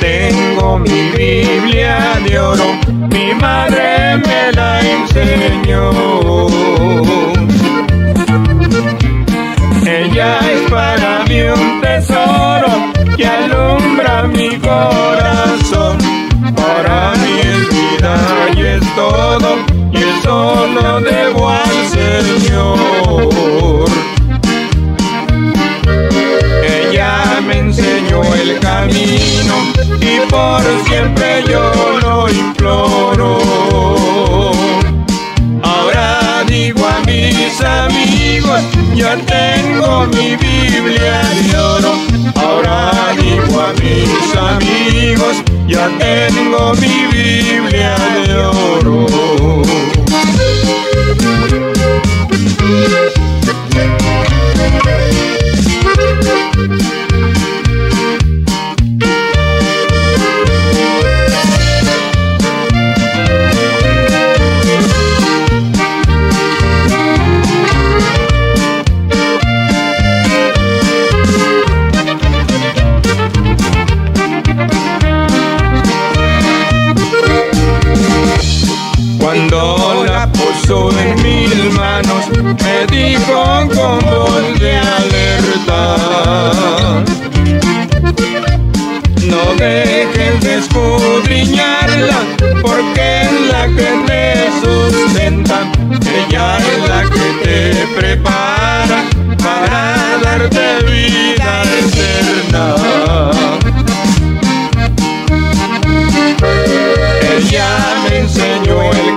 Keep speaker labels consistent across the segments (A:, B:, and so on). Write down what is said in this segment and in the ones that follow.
A: tengo mi Biblia de oro, mi madre me la enseñó. Ella es para mí un tesoro que alumbra mi corazón. Para mí es vida y es todo, y es solo debo al Señor. Ella me enseñó el camino y por siempre yo lo imploro. Ahora digo a mis amigos, yo tengo mi Biblia de oro. Ahora digo a mis amigos, yo tengo mi Biblia de oro. Cuando la puso en mis manos, me dijo con voz de alerta. No dejes de escudriñarla, porque es la que te sustenta. Ella es la que te prepara para darte vida eterna. Ella me enseñó el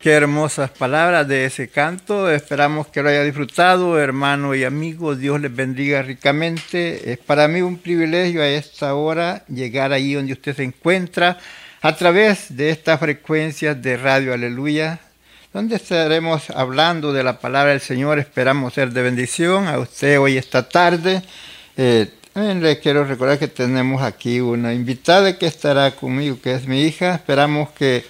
B: Qué hermosas palabras de ese canto. Esperamos que lo haya disfrutado, hermano y amigo. Dios les bendiga ricamente. Es para mí un privilegio a esta hora llegar ahí donde usted se encuentra a través de estas frecuencias de Radio Aleluya, donde estaremos hablando de la palabra del Señor. Esperamos ser de bendición a usted hoy esta tarde. Eh, también le quiero recordar que tenemos aquí una invitada que estará conmigo, que es mi hija. Esperamos que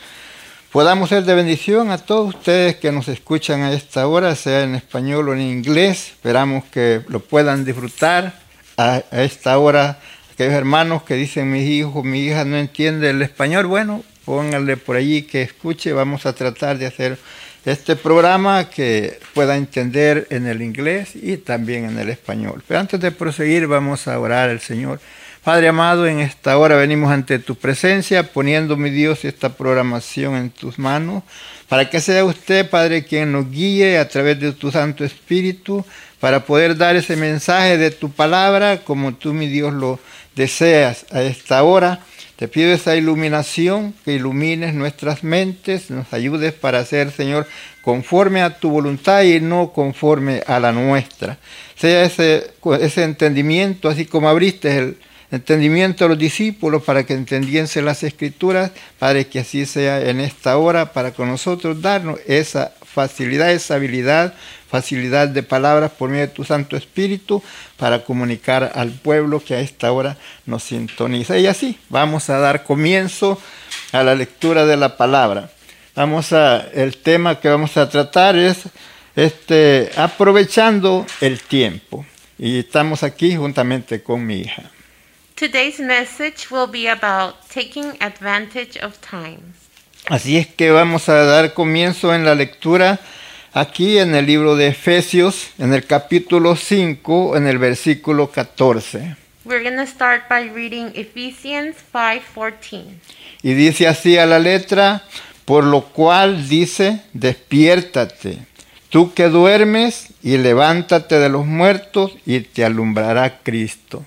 B: podamos ser Pues de bendición a todos ustedes que nos escuchan a esta hora, sea en español o en inglés. Esperamos que lo puedan disfrutar a, a esta hora. Aquellos hermanos que dicen, mis hijos, mi hija no entiende el español, bueno, pónganle por allí que escuche. Vamos a tratar de hacer este programa que pueda entender en el inglés y también en el español. Pero antes de proseguir, vamos a orar al Señor. Padre amado, en esta hora venimos ante tu presencia, poniendo, mi Dios, esta programación en tus manos, para que sea usted, Padre, quien nos guíe a través de tu Santo Espíritu, para poder dar ese mensaje de tu palabra, como tú, mi Dios, lo deseas a esta hora. Te pido esa iluminación, que ilumines nuestras mentes, nos ayudes para ser, Señor, conforme a tu voluntad y no conforme a la nuestra. Sea ese, ese entendimiento, así como abriste el, entendimiento a los discípulos para que entendiesen las escrituras, Padre, que así sea en esta hora para con nosotros darnos esa facilidad, esa habilidad, facilidad de palabras por medio de tu Santo Espíritu para comunicar al pueblo que a esta hora nos sintoniza. Y así vamos a dar comienzo a la lectura de la palabra. Vamos a el tema que vamos a tratar es este aprovechando el tiempo. Y estamos aquí juntamente con mi hija.
C: Today's message will be about taking advantage of time.
B: Así es que vamos a dar comienzo en la lectura aquí en el libro de Efesios, en el capítulo 5, en el versículo 14.
C: We're going to start by reading Ephesians 5:14.
B: Y dice así a la letra, por lo cual dice, despiértate, tú que duermes, y levántate de los muertos, y te alumbrará Cristo.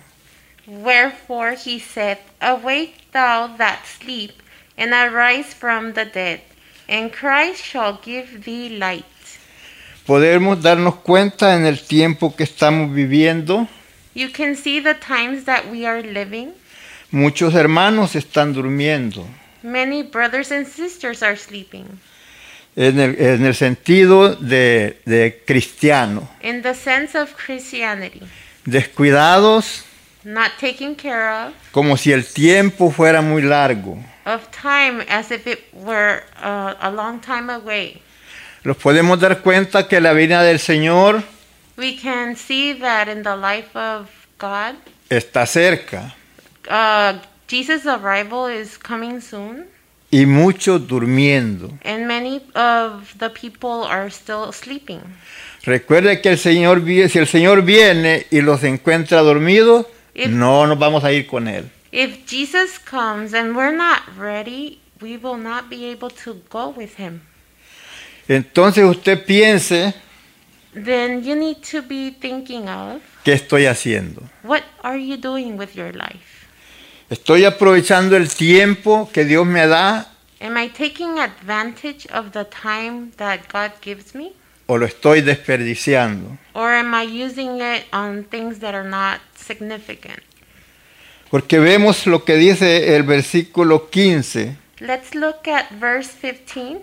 C: Wherefore he said, Awake thou that sleep, and arise from the dead, and Christ shall give thee light.
B: Podemos darnos cuenta en el tiempo que estamos viviendo,
C: You can see the times that we are living.
B: Muchos hermanos están durmiendo,
C: Many brothers and sisters are sleeping
B: en el, en el sentido de, de cristiano,
C: in the sense of Christianity,
B: descuidados
C: not taken care of,
B: como si el tiempo fuera muy largo.
C: of time as if it were uh, a long time away.
B: Los podemos dar cuenta que la vida del Señor
C: We can see that in the life of God.
B: está cerca
C: Uh, Jesus' arrival is coming soon,
B: y muchos durmiendo.
C: and many of the people are still sleeping.
B: Recuerde que el Señor, vi- si el Señor viene y los encuentra dormidos,
C: If-
B: no nos vamos a ir con Él.
C: If Jesus comes and we're not ready, we will not be able to go with him.
B: Entonces usted piense,
C: Then you need to be thinking of
B: ¿qué estoy haciendo?
C: what are you doing with your life?
B: ¿Estoy aprovechando el tiempo que Dios me da
C: Am I taking advantage of the time that God gives me?
B: o lo estoy desperdiciando?
C: Or am I using it on things that are not significant?
B: Porque vemos lo que dice el versículo 15.
C: Let's look at verse 15.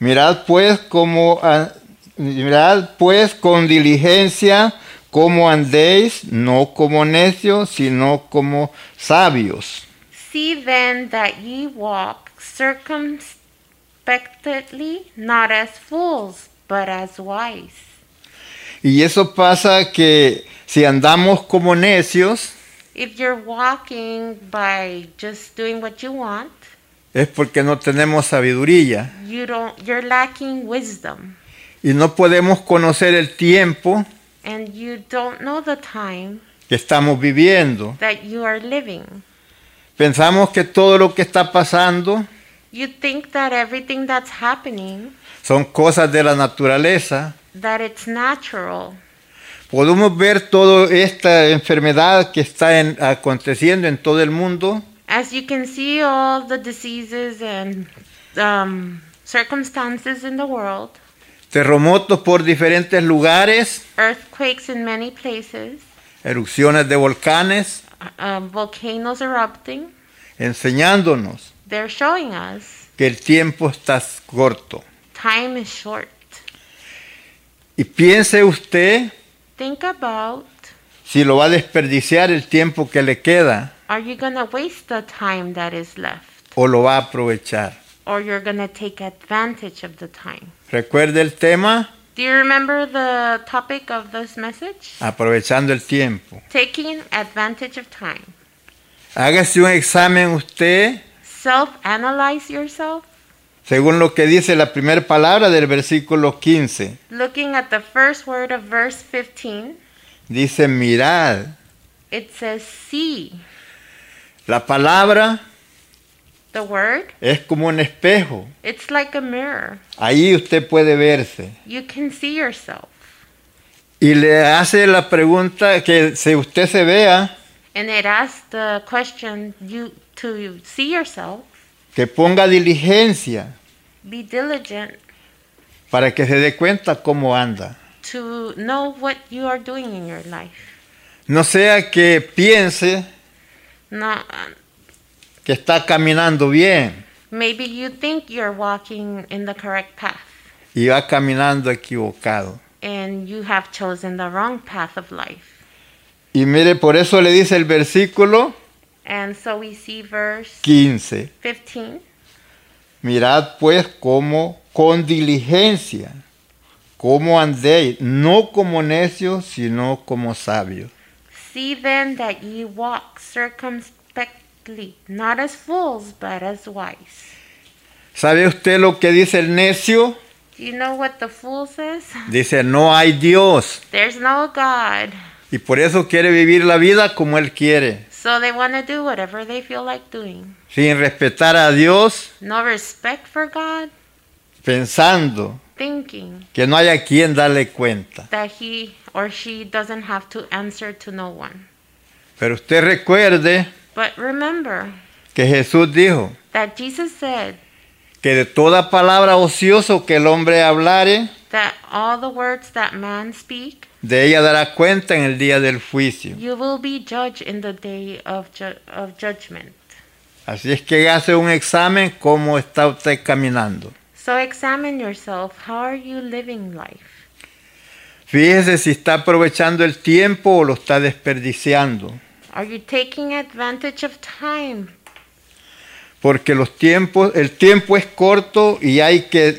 B: Mirad pues como a- mirad pues con diligencia cómo andéis, no como necios, sino como sabios.
C: See then that ye walk circumspectly, not as fools, but as wise.
B: Y eso pasa que si andamos como necios
C: If you're walking by just doing what you want,
B: es porque no tenemos sabiduría
C: you don't you're lacking wisdom
B: y no podemos conocer el tiempo
C: and you don't know the time
B: que estamos viviendo.
C: that you are living.
B: Pensamos que todo lo que está pasando
C: You think that everything that's happening
B: son cosas de la naturaleza.
C: that it's natural.
B: Podemos ver toda esta enfermedad que está en- aconteciendo en todo el mundo
C: As you can see all the diseases and um, circumstances in the world,
B: terremotos por diferentes lugares,
C: earthquakes in many places,
B: erupciones de volcanes,
C: uh, um, volcanoes erupting,
B: enseñándonos
C: they're showing us
B: que el tiempo está corto.
C: time is short.
B: Y piense usted
C: Think about
B: si lo va a desperdiciar el tiempo que le queda
C: are you going to waste the time that is left
B: o lo va a aprovechar.
C: or you're going to take advantage of the time?
B: Recuerde el tema,
C: Do you remember the topic of this message?
B: aprovechando el tiempo.
C: Taking advantage of time.
B: Hágase un examen usted
C: Self analyze yourself.
B: según lo que dice la primera palabra del versículo 15.
C: Looking at the first word of verse 15,
B: Dice mirad.
C: it says see.
B: La palabra
C: The word,
B: es como un espejo.
C: it's like a mirror.
B: Ahí usted puede verse.
C: You can see yourself.
B: Y le hace la pregunta que si usted se vea,
C: And it asks the question you to see yourself,
B: que ponga diligencia
C: be diligent
B: para que se dé cuenta cómo anda.
C: to know what you are doing in your life.
B: No sea que piense
C: Not,
B: que está caminando bien
C: maybe you think you're walking in the correct path
B: y va caminando equivocado.
C: and you have chosen the wrong path of life.
B: Y mire, por eso le dice el versículo
C: And so we see verse
B: 15.
C: 15
B: Mirad pues cómo con diligencia, cómo andéis, no como necios, sino como sabios.
C: See then that ye walk circumspectly, not as fools, but as wise.
B: ¿Sabe usted lo que dice el necio?
C: Do you know what the fool says?
B: Dice, no hay Dios.
C: There's no God.
B: Y por eso quiere vivir la vida como él quiere,
C: So they want to do whatever they feel like doing.
B: sin respetar a Dios,
C: No respect for God,
B: pensando
C: thinking
B: que no hay a quien darle cuenta.
C: that he or she doesn't have to answer to no one.
B: Pero usted recuerde
C: But remember
B: que Jesús dijo
C: that Jesus said
B: que de toda palabra ocioso que el hombre hablare,
C: that all the words that man speak,
B: De ella dará cuenta en el día del juicio.
C: you will be judged in the day of, ju- of judgment.
B: Así es que hace un examen cómo está usted caminando.
C: So examine yourself. How are you living life?
B: Fíjese si está aprovechando el tiempo o lo está desperdiciando.
C: Are you taking advantage of time?
B: Porque los tiempos, el tiempo es corto y hay que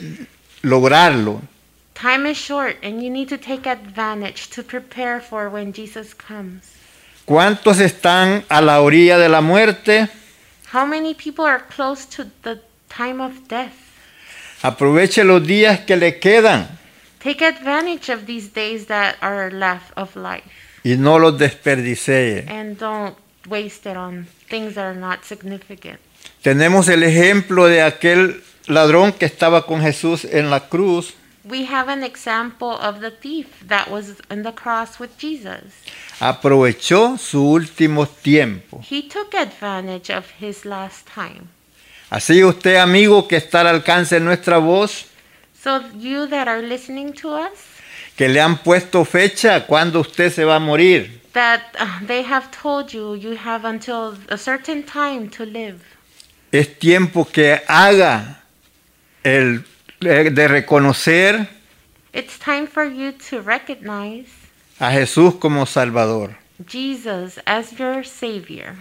B: lograrlo.
C: Time is short and you need to take advantage to prepare for when Jesus comes.
B: ¿Cuántos están a la orilla de la muerte?
C: How many people are close to the time of death?
B: Aproveche los días que le quedan
C: Take advantage of these days that are left of life
B: y no los desperdicie.
C: and don't waste it on things that are not significant.
B: Tenemos el ejemplo de aquel ladrón que estaba con Jesús en la cruz.
C: We have an example of the thief that was on the cross with Jesus.
B: Aprovechó su último tiempo.
C: He took advantage of his last time.
B: Así usted, amigo, que está al alcance de nuestra voz,
C: So, you that are listening to us,
B: que le han puesto fecha cuando usted se va a morir.
C: that uh, they have told you you have until a certain time to live.
B: Es tiempo que haga el eh, de reconocer
C: It's time for you to recognize
B: a Jesús como Salvador.
C: Jesus as your Savior.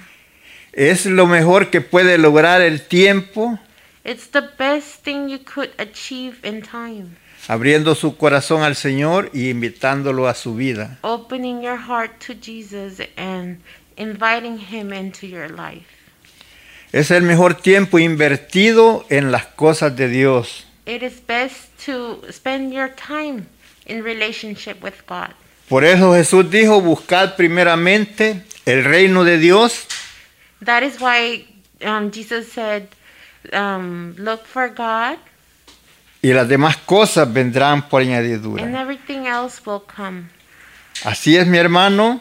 B: Es lo mejor que puede lograr el tiempo
C: It's the best thing you could achieve in time.
B: abriendo su corazón al Señor y invitándolo a su vida.
C: Opening your heart to Jesus and inviting Him into your life.
B: Es el mejor tiempo invertido en las cosas de Dios.
C: It is best to spend your time in relationship with God.
B: Por eso Jesús dijo, buscad primeramente el reino de Dios
C: That is why um, Jesus said, um, Look for God,
B: y las demás cosas vendrán por
C: and
B: añadidura.
C: everything else will come.
B: Así es, mi hermano.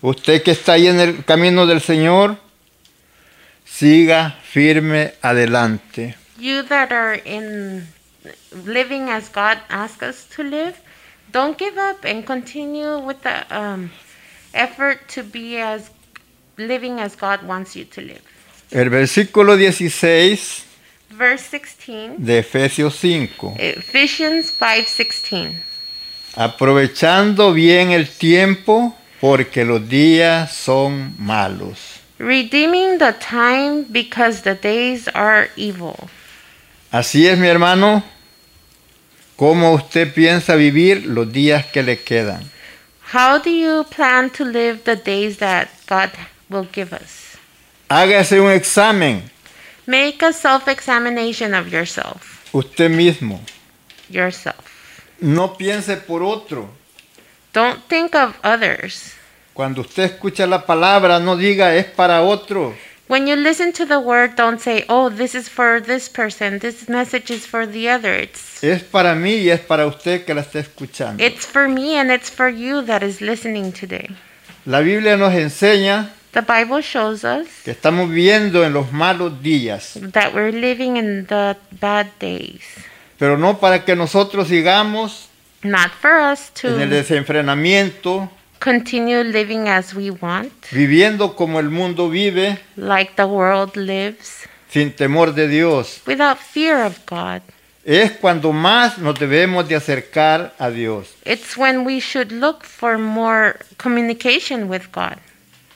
B: Usted que está ahí en el camino del Señor, siga firme adelante.
C: You that are in living as God asks us to live, don't give up and continue with the um, effort to be as living as God wants you to live.
B: El versículo 16
C: Verse 16,
B: de Efesios 5.
C: Ephesians 5:16.
B: Aprovechando bien el tiempo porque los días son malos.
C: Redeeming the time because the days are evil.
B: Así es, mi hermano. ¿Cómo usted piensa vivir los días que le quedan?
C: How do you plan to live the days that God will give us?
B: Hágase un examen
C: Make a self-examination of yourself.
B: usted mismo.
C: Yourself.
B: No piense por otro.
C: Don't think of others.
B: Cuando usted escucha la palabra, no diga es para otro.
C: When you listen to the word, don't say, oh, this is for this person, this message is for the other. It's,
B: Es para mí y es para usted que la está escuchando.
C: it's for me and it's for you that is listening today.
B: La Biblia nos enseña
C: The Bible shows us
B: que estamos viviendo en los malos días,
C: that we're living in the bad days,
B: pero no para que nosotros sigamos
C: not for us
B: en el
C: to
B: desenfrenamiento,
C: continue living as we want,
B: viviendo como el mundo vive,
C: like the world lives,
B: sin temor de Dios.
C: without fear of God.
B: Es cuando más nos debemos de acercar a Dios.
C: It's when we should look for more communication with God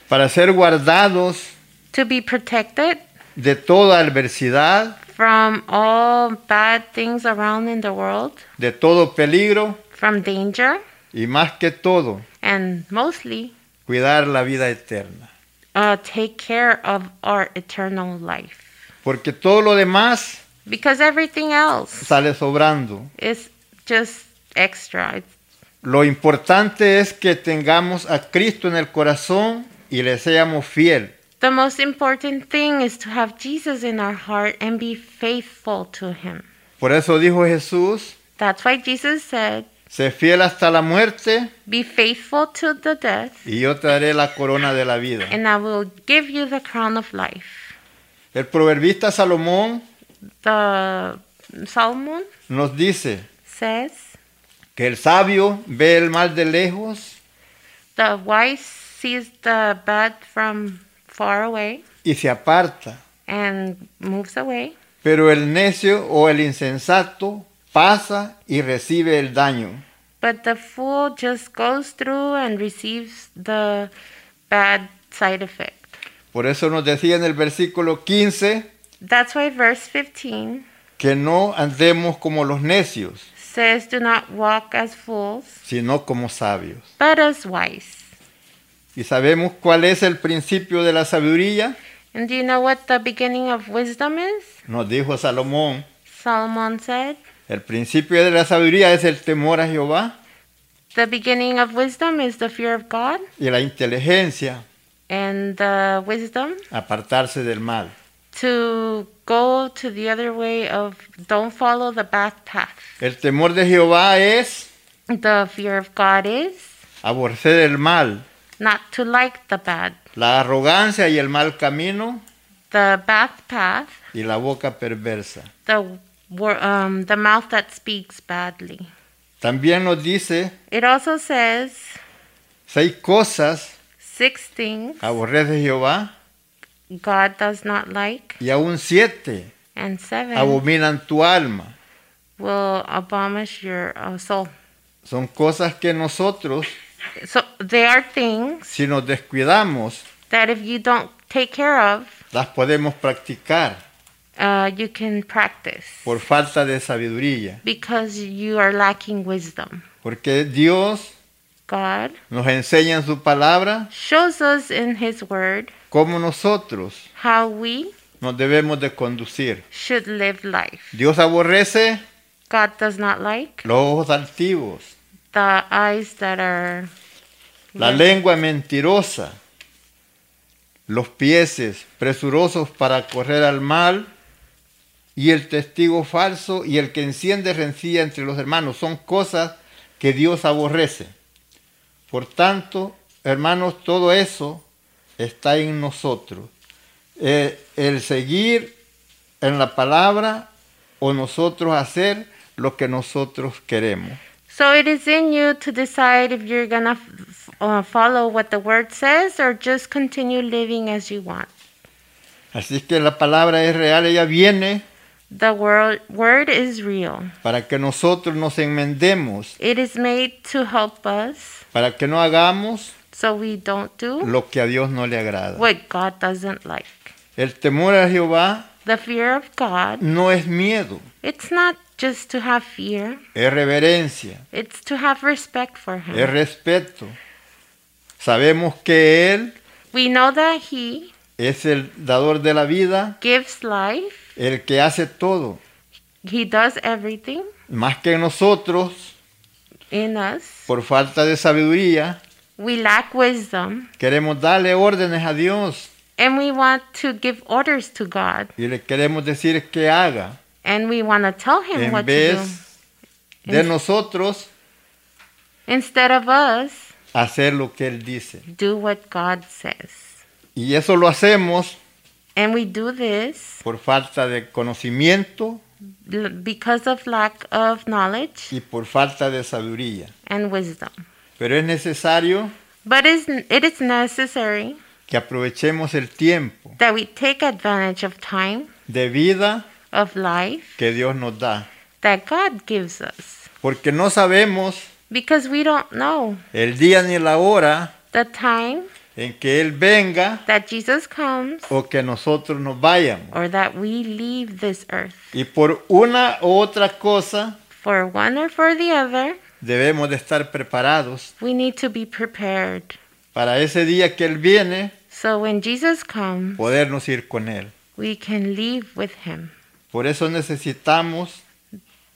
B: para ser guardados
C: to be protected
B: de toda adversidad,
C: from all bad things around in the world,
B: de todo peligro
C: from danger,
B: y más que todo,
C: and mostly
B: cuidar la vida eterna.
C: uh, take care of our eternal life.
B: Porque todo lo demás
C: Because everything else
B: sale sobrando.
C: is just extra. It's-
B: Lo importante es que tengamos a Cristo en el corazón y le seamos fiel.
C: The most important thing is to have Jesus in our heart and be faithful to him.
B: Por eso dijo Jesús,
C: That's why Jesus said,
B: sé fiel hasta la muerte
C: Be faithful to the death,
B: y yo te daré la corona de la vida.
C: and I will give you the crown of life.
B: El proverbista Salomón
C: The Solomon
B: nos dice,
C: says,
B: que el sabio ve el mal de lejos
C: The wise sees the bad from far away
B: y se aparta,
C: and moves away,
B: pero el necio o el insensato pasa y recibe el daño.
C: but the fool just goes through and receives the bad side effect.
B: Por eso nos decía en el versículo 15
C: That's why verse 15
B: que no andemos como los necios,
C: says, Do not walk as fools,
B: sino como sabios.
C: but as wise.
B: ¿Y sabemos cuál es el principio de la sabiduría?
C: And do you know what the beginning of wisdom is?
B: Nos dijo Salomón,
C: Solomon said,
B: el principio de la sabiduría es el temor a Jehová
C: The beginning of wisdom is the fear of God,
B: y la inteligencia,
C: and the wisdom
B: apartarse del mal.
C: to go to the other way of don't follow the bad path.
B: El temor de Jehová es
C: The fear of God is
B: aborrecer el mal,
C: not to like the bad,
B: la arrogancia y el mal camino
C: the bad path,
B: y la boca perversa.
C: the wor- um, the mouth that speaks badly.
B: También nos dice
C: It also says
B: seis cosas
C: six things
B: aborrece Jehová
C: God does not like,
B: y aún siete
C: and seven
B: abominan tu alma.
C: will abomish your uh, soul.
B: Son cosas que nosotros,
C: So there are things
B: si nos descuidamos,
C: that if you don't take care of,
B: las podemos practicar
C: uh, you can practice
B: por falta de sabiduría,
C: because you are lacking wisdom.
B: porque Dios
C: God
B: nos enseña en su palabra
C: shows us in His Word
B: cómo nosotros
C: how we
B: nos debemos de conducir.
C: should live life.
B: Dios aborrece
C: God does not like
B: los ojos altivos,
C: the eyes that are
B: la lengua mentirosa, los pies presurosos para correr al mal y el testigo falso y el que enciende rencilla entre los hermanos. Son cosas que Dios aborrece. Por tanto, hermanos, todo eso está en nosotros. Eh, el seguir en la palabra o nosotros hacer lo que nosotros queremos.
C: So it is in you to decide if you're gonna f- uh, follow what the Word says or just continue living as you want.
B: Así que la palabra es real, ella viene
C: The word Word is real.
B: para que nosotros nos enmendemos,
C: It is made to help us
B: para que no hagamos
C: so we don't do
B: lo que a Dios no le agrada.
C: what God doesn't like.
B: El temor a Jehová
C: The fear of God,
B: no es miedo,
C: it's not just to have fear,
B: es reverencia,
C: it's to have respect for Him.
B: es respeto. Sabemos que Él
C: We know that He
B: es el dador de la vida,
C: gives life,
B: el que hace todo,
C: He does everything
B: más que nosotros,
C: in us.
B: por falta de sabiduría,
C: We lack wisdom
B: queremos darle órdenes a Dios
C: and we want to give orders to God
B: y le queremos decir que haga.
C: and we want to tell Him
B: en
C: what to do
B: vez de nosotros
C: instead of us
B: hacer lo que Él dice.
C: do what God says.
B: Y eso lo hacemos
C: And we do this
B: por falta de conocimiento
C: l- because of lack of knowledge
B: y por falta de sabiduría.
C: and wisdom.
B: Pero es necesario
C: But is- it is necessary
B: que aprovechemos el tiempo
C: that we take advantage of time,
B: de vida
C: of life
B: que Dios nos da,
C: that God gives us
B: porque no sabemos
C: because we don't know
B: el día ni la hora
C: the time
B: en que Él venga
C: that Jesus comes
B: o que nosotros nos vayamos.
C: or that we leave this earth.
B: Y por una u otra cosa
C: For one or for the other,
B: debemos de estar preparados
C: we need to be prepared.
B: para ese día que Él viene,
C: So when Jesus comes,
B: podernos ir con Él.
C: we can leave with him.
B: Por eso necesitamos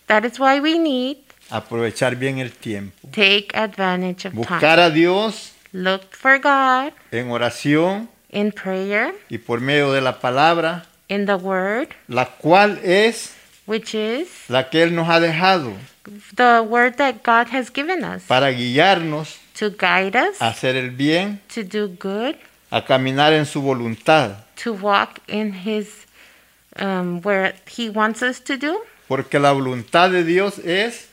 C: That is why we need
B: aprovechar bien el tiempo.
C: take advantage of time.
B: Buscar a Dios
C: Look for God
B: en oración
C: in prayer,
B: y por medio de la palabra,
C: in the word,
B: la cual es
C: which is
B: la que Él nos ha dejado
C: the word that God has given us
B: para guiarnos
C: to guide us
B: a hacer el bien,
C: to do good,
B: a caminar en su voluntad.
C: to walk in his um, where he wants us to do.
B: Porque la voluntad de Dios es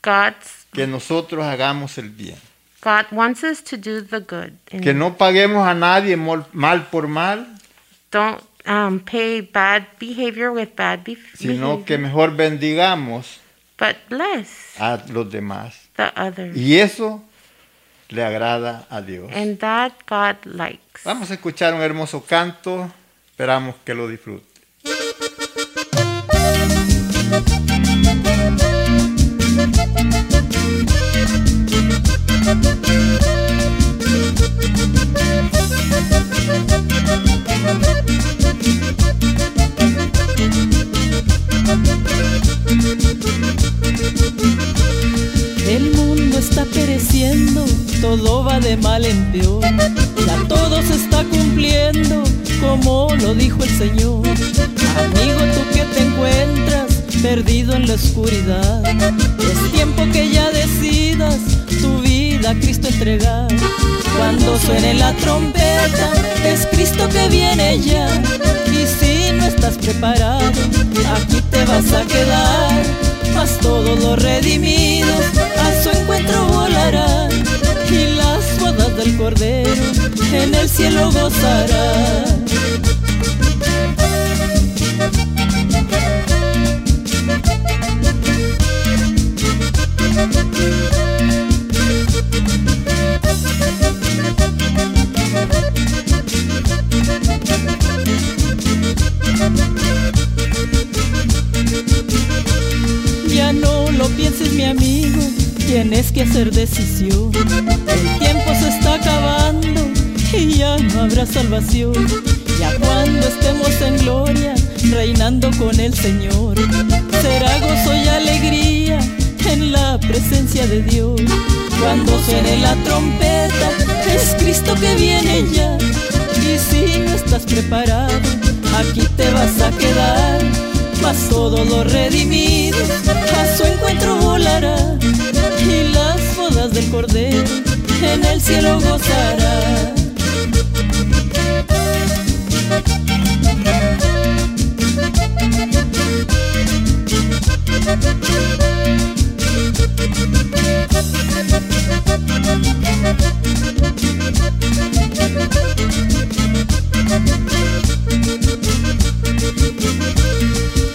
C: God's
B: que nosotros hagamos el bien.
C: God wants us to do the good and
B: Que no paguemos a nadie mol- mal por mal,
C: don't um, pay bad behavior with bad be-
B: sino
C: behavior,
B: que mejor bendigamos
C: but bless
B: a los demás.
C: the others.
B: Y eso le agrada a Dios.
C: And that God likes.
B: Vamos a escuchar un hermoso canto, esperamos que lo disfruten.
D: El mundo está pereciendo, todo va de mal en peor. Ya todo se está cumpliendo, como lo dijo el Señor. Amigo, tú que te encuentras perdido en la oscuridad, es tiempo que ya decidas tu vida a Cristo entregar. Cuando suene la trompeta, es Cristo que viene ya. Y si no estás preparado, aquí te vas a quedar. Mas todos los redimidos a su encuentro volarán y las bodas del Cordero en el cielo gozarán. Ya no lo pienses, mi amigo, tienes que hacer decisión. El tiempo se está acabando y ya no habrá salvación. Ya cuando estemos en gloria, reinando con el Señor, será gozo y alegría en la presencia de Dios. Cuando suene la trompeta, es Cristo que viene ya. Y si no estás preparado, aquí te vas a quedar. Mas todos los redimidos a su encuentro volarán y las bodas del cordero en el cielo gozarán.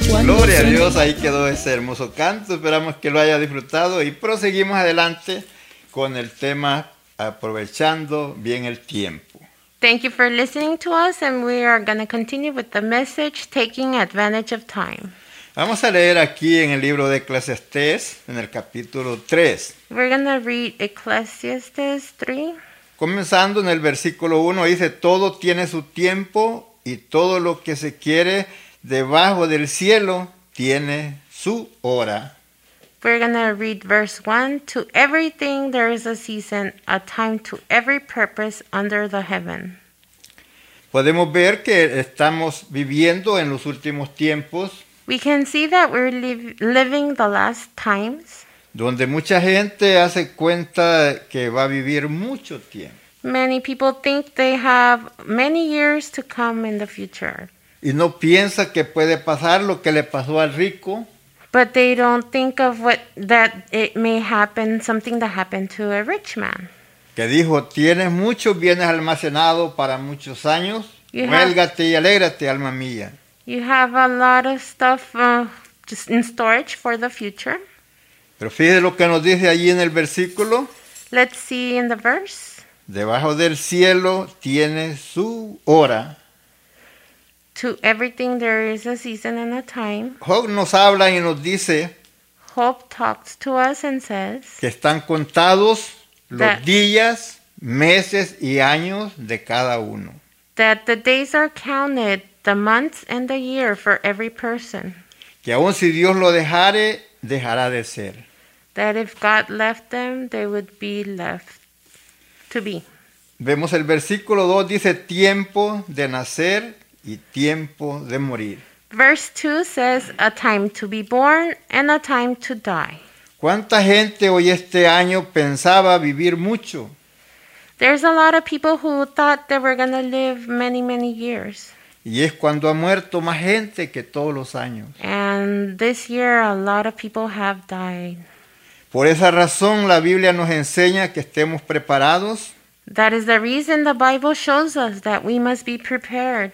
D: Cuando
B: Gloria a
D: suene-
B: Dios, ahí quedó ese hermoso canto. Esperamos que lo haya disfrutado y proseguimos adelante con el tema aprovechando bien el tiempo.
C: Thank you for listening to us, and we are going to continue with the message Taking Advantage of Time.
B: Vamos a leer aquí en el libro de Eclesiastés, en el capítulo 3.
C: We're going to read Ecclesiastes 3.
B: Comenzando en el versículo 1, dice, todo tiene su tiempo y todo lo que se quiere debajo del cielo tiene su hora.
C: We're going to read verse 1 To everything there is a season, a time to every purpose under the heaven.
B: Podemos ver que estamos viviendo en los últimos tiempos
C: We can see that we're liv- living the last times.
B: donde mucha gente hace cuenta que va a vivir mucho tiempo
C: Many people think they have many years to come in the future,
B: y no piensa que puede pasar lo que le pasó al rico,
C: but they don't think of what that it may happen, something that happened to a rich man.
B: que dijo, tienes muchos bienes almacenados para muchos años,
C: You have-
B: huélgate y alégrate, alma mía.
C: You have a lot of stuff uh, just in storage for the future.
B: Pero fíjese lo que nos dice allí en el versículo,
C: Let's see in the verse.
B: debajo del cielo tiene su hora.
C: To everything there is a season and a time.
B: Job nos habla y nos dice
C: Hope talks to us and says
B: que están contados
C: That-
B: los días, meses y años de cada uno.
C: that the days are counted, the months and the year for every person.
B: que aun si Dios lo dejare, dejará de ser.
C: That if God left them, they would be left to be.
B: Vemos el versículo 2, dice tiempo de nacer y tiempo de morir.
C: Verse 2 says, A time to be born and a time to die.
B: ¿Cuánta gente hoy este año pensaba vivir mucho?
C: There's a lot of people who thought they were going to live many, many years.
B: Y es cuando ha muerto más gente que todos los años.
C: And this year, a lot of people have died.
B: Por esa razón la Biblia nos enseña que estemos preparados
C: That is the reason the Bible shows us that we must be prepared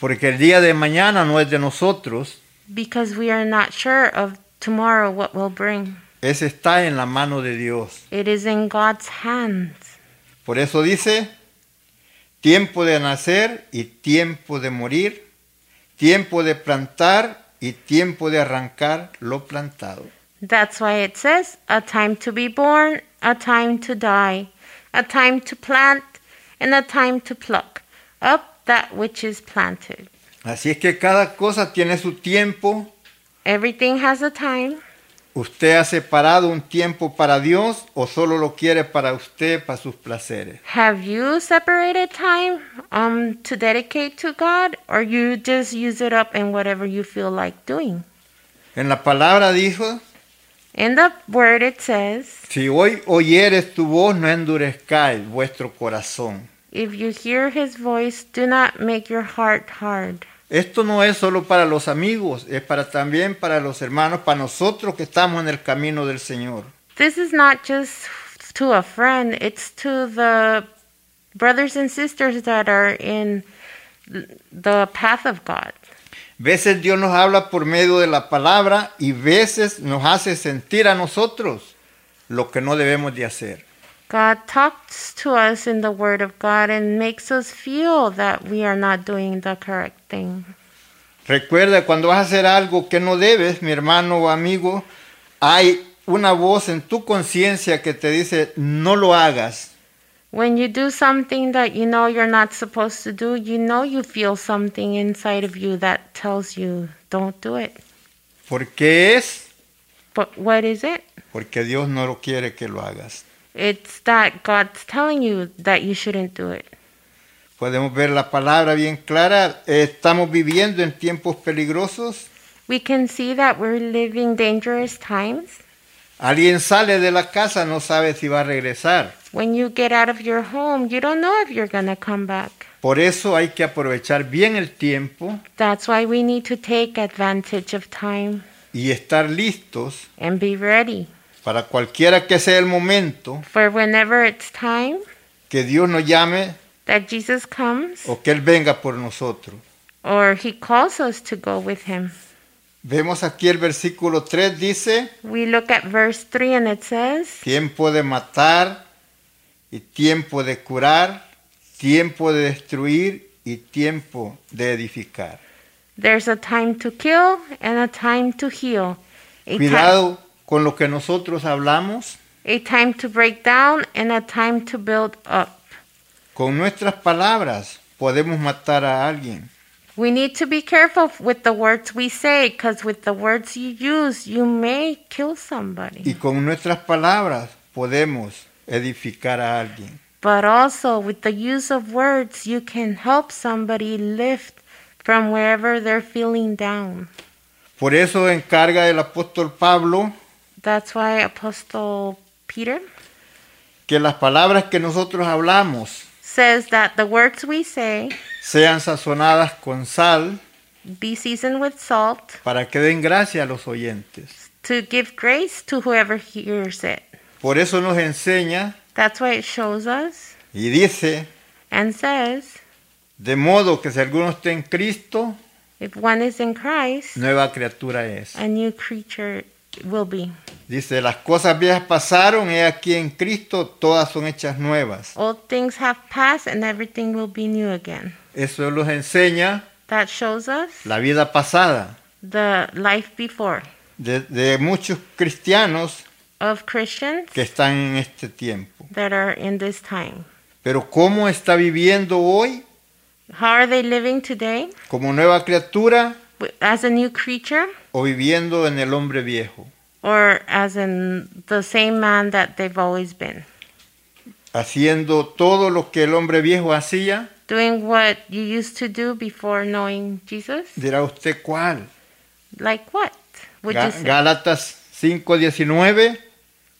B: porque el día de mañana no es de nosotros,
C: because we are not sure of tomorrow what will bring.
B: ese está en la mano de Dios.
C: It is in God's hands.
B: Por eso dice, tiempo de nacer y tiempo de morir, tiempo de plantar y tiempo de arrancar lo plantado.
C: That's why it says a time to be born, a time to die, a time to plant, and a time to pluck up that which is planted.
B: Así es que cada cosa tiene su tiempo.
C: Everything has a time.
B: ¿Usted ha separado un tiempo para Dios o solo lo quiere para usted, para sus placeres?
C: Have you separated time um to dedicate to God or you just use it up in whatever you feel like doing?
B: En la palabra dijo,
C: In the word it says,
B: si hoy oyeres tu voz, no endurezcáis vuestro corazón.
C: if you hear his voice, do not make your heart hard.
B: Esto no es solo para los amigos, es para también para los hermanos, para nosotros que estamos en el camino del Señor.
C: This is not just to a friend, it's to the brothers and sisters that are in the path of God.
B: Veces Dios nos habla por medio de la palabra y veces nos hace sentir a nosotros lo que no debemos de hacer.
C: God talks to us in the word of God and makes us feel that we are not doing the correct thing.
B: Recuerda, cuando vas a hacer algo que no debes, mi hermano o amigo, hay una voz en tu conciencia que te dice, no lo hagas.
C: When you do something that you know you're not supposed to do, you know you feel something inside of you that tells you don't do it.
B: ¿Por qué es?
C: But what is it?
B: Porque Dios no lo quiere que lo hagas.
C: It's that God's telling you that you shouldn't do it.
B: Podemos ver la palabra bien clara. Eh, Estamos viviendo en tiempos peligrosos.
C: We can see that we're living dangerous times.
B: Alguien sale de la casa, no sabe si va a regresar.
C: When you get out of your home, you don't know if you're going to come back.
B: Por eso hay que aprovechar bien el tiempo
C: That's why we need to take advantage of time
B: y estar listos
C: and be ready.
B: para cualquiera que sea el momento
C: For whenever it's time
B: que Dios nos llame
C: that Jesus comes
B: o que Él venga por nosotros.
C: or he calls us to go with him.
B: Vemos aquí el versículo 3 dice,
C: We look at verse 3 and it says,
B: tiempo de matar y tiempo de curar, tiempo de destruir y tiempo de edificar.
C: There's a time to kill and a time to heal. A, ti-
B: Cuidado con lo que nosotros hablamos,
C: a time to break down and a time to build up.
B: con nuestras palabras podemos matar a alguien.
C: We need to be careful with the words we say because with the words you use, you may kill somebody.
B: Y con nuestras palabras podemos edificar a alguien.
C: But also, with the use of words, you can help somebody lift from wherever they're feeling down.
B: Por eso encarga el apóstol Pablo
C: That's why Apostle Peter
B: que las palabras que nosotros hablamos
C: says that the words we say
B: sean sazonadas con sal
C: be seasoned with salt
B: para que den gracia a los oyentes.
C: to give grace to whoever hears it.
B: Por eso nos enseña
C: That's why it shows us
B: y dice,
C: and says,
B: de modo que si alguno está en Cristo,
C: if one is in Christ,
B: nueva criatura es.
C: a new creature will be.
B: Dice, las cosas viejas pasaron, he aquí en Cristo todas son hechas nuevas.
C: Old things have passed and everything will be new again.
B: Eso nos enseña
C: That shows us
B: la vida pasada
C: the life before
B: de, de muchos cristianos
C: of Christians
B: que están en este tiempo.
C: that are in this time.
B: Pero cómo está viviendo hoy
C: How are they living today
B: como nueva criatura
C: Wi- as a new creature
B: o viviendo en el hombre viejo.
C: or as in the same man that they've always been?
B: Haciendo todo lo que el hombre viejo hacía,
C: doing what you used to do before knowing Jesus?
B: dirá usted cuál.
C: Like what? Would
B: Ga-
C: you say?
B: Gálatas 5:19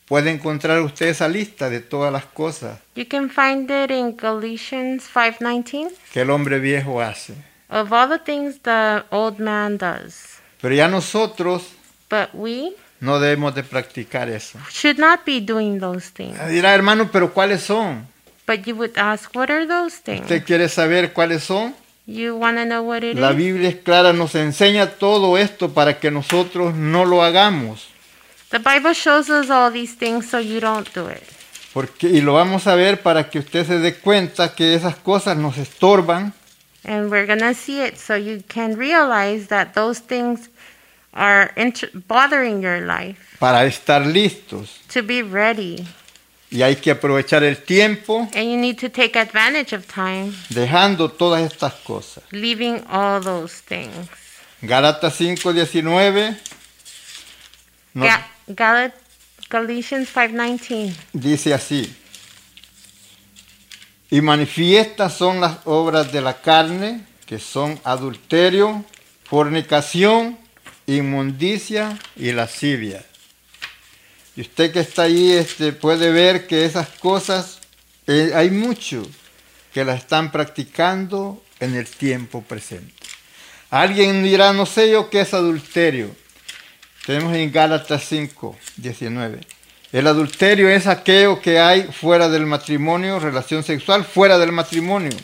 B: puede encontrar usted esa lista de todas las cosas
C: You can find it in Galatians 5:19
B: que el hombre viejo hace.
C: of all the things the old man does.
B: Pero ya nosotros
C: But we
B: No debemos de practicar eso.
C: should not be doing those things.
B: Dirá, hermano, pero ¿cuáles son?
C: But you would ask, what are those things?
B: ¿Usted quiere saber cuáles son?
C: You want to know what it
B: La
C: is?
B: Biblia es clara, nos enseña todo esto para que nosotros no lo hagamos.
C: The Bible shows us all these things so you don't do it.
B: Porque, y lo vamos a ver para que usted se dé cuenta que esas cosas nos estorban
C: And we're going to see it so you can realize that those things are inter- bothering your life
B: para estar listos.
C: to be ready.
B: Y hay que aprovechar el tiempo
C: And you need to take advantage of time,
B: dejando todas estas cosas.
C: leaving all those things.
B: Galatas 5:19 nos
C: Ga- Gal- Galatians 5:19.
B: dice así. Y manifiestas son las obras de la carne, que son adulterio, fornicación, inmundicia y lascivia. Y usted que está ahí este, puede ver que esas cosas, eh, hay mucho que las están practicando en el tiempo presente. Alguien dirá, no sé yo qué es adulterio. Tenemos en Gálatas 5, 19. El adulterio es aquello que hay fuera del matrimonio, relación sexual fuera del matrimonio.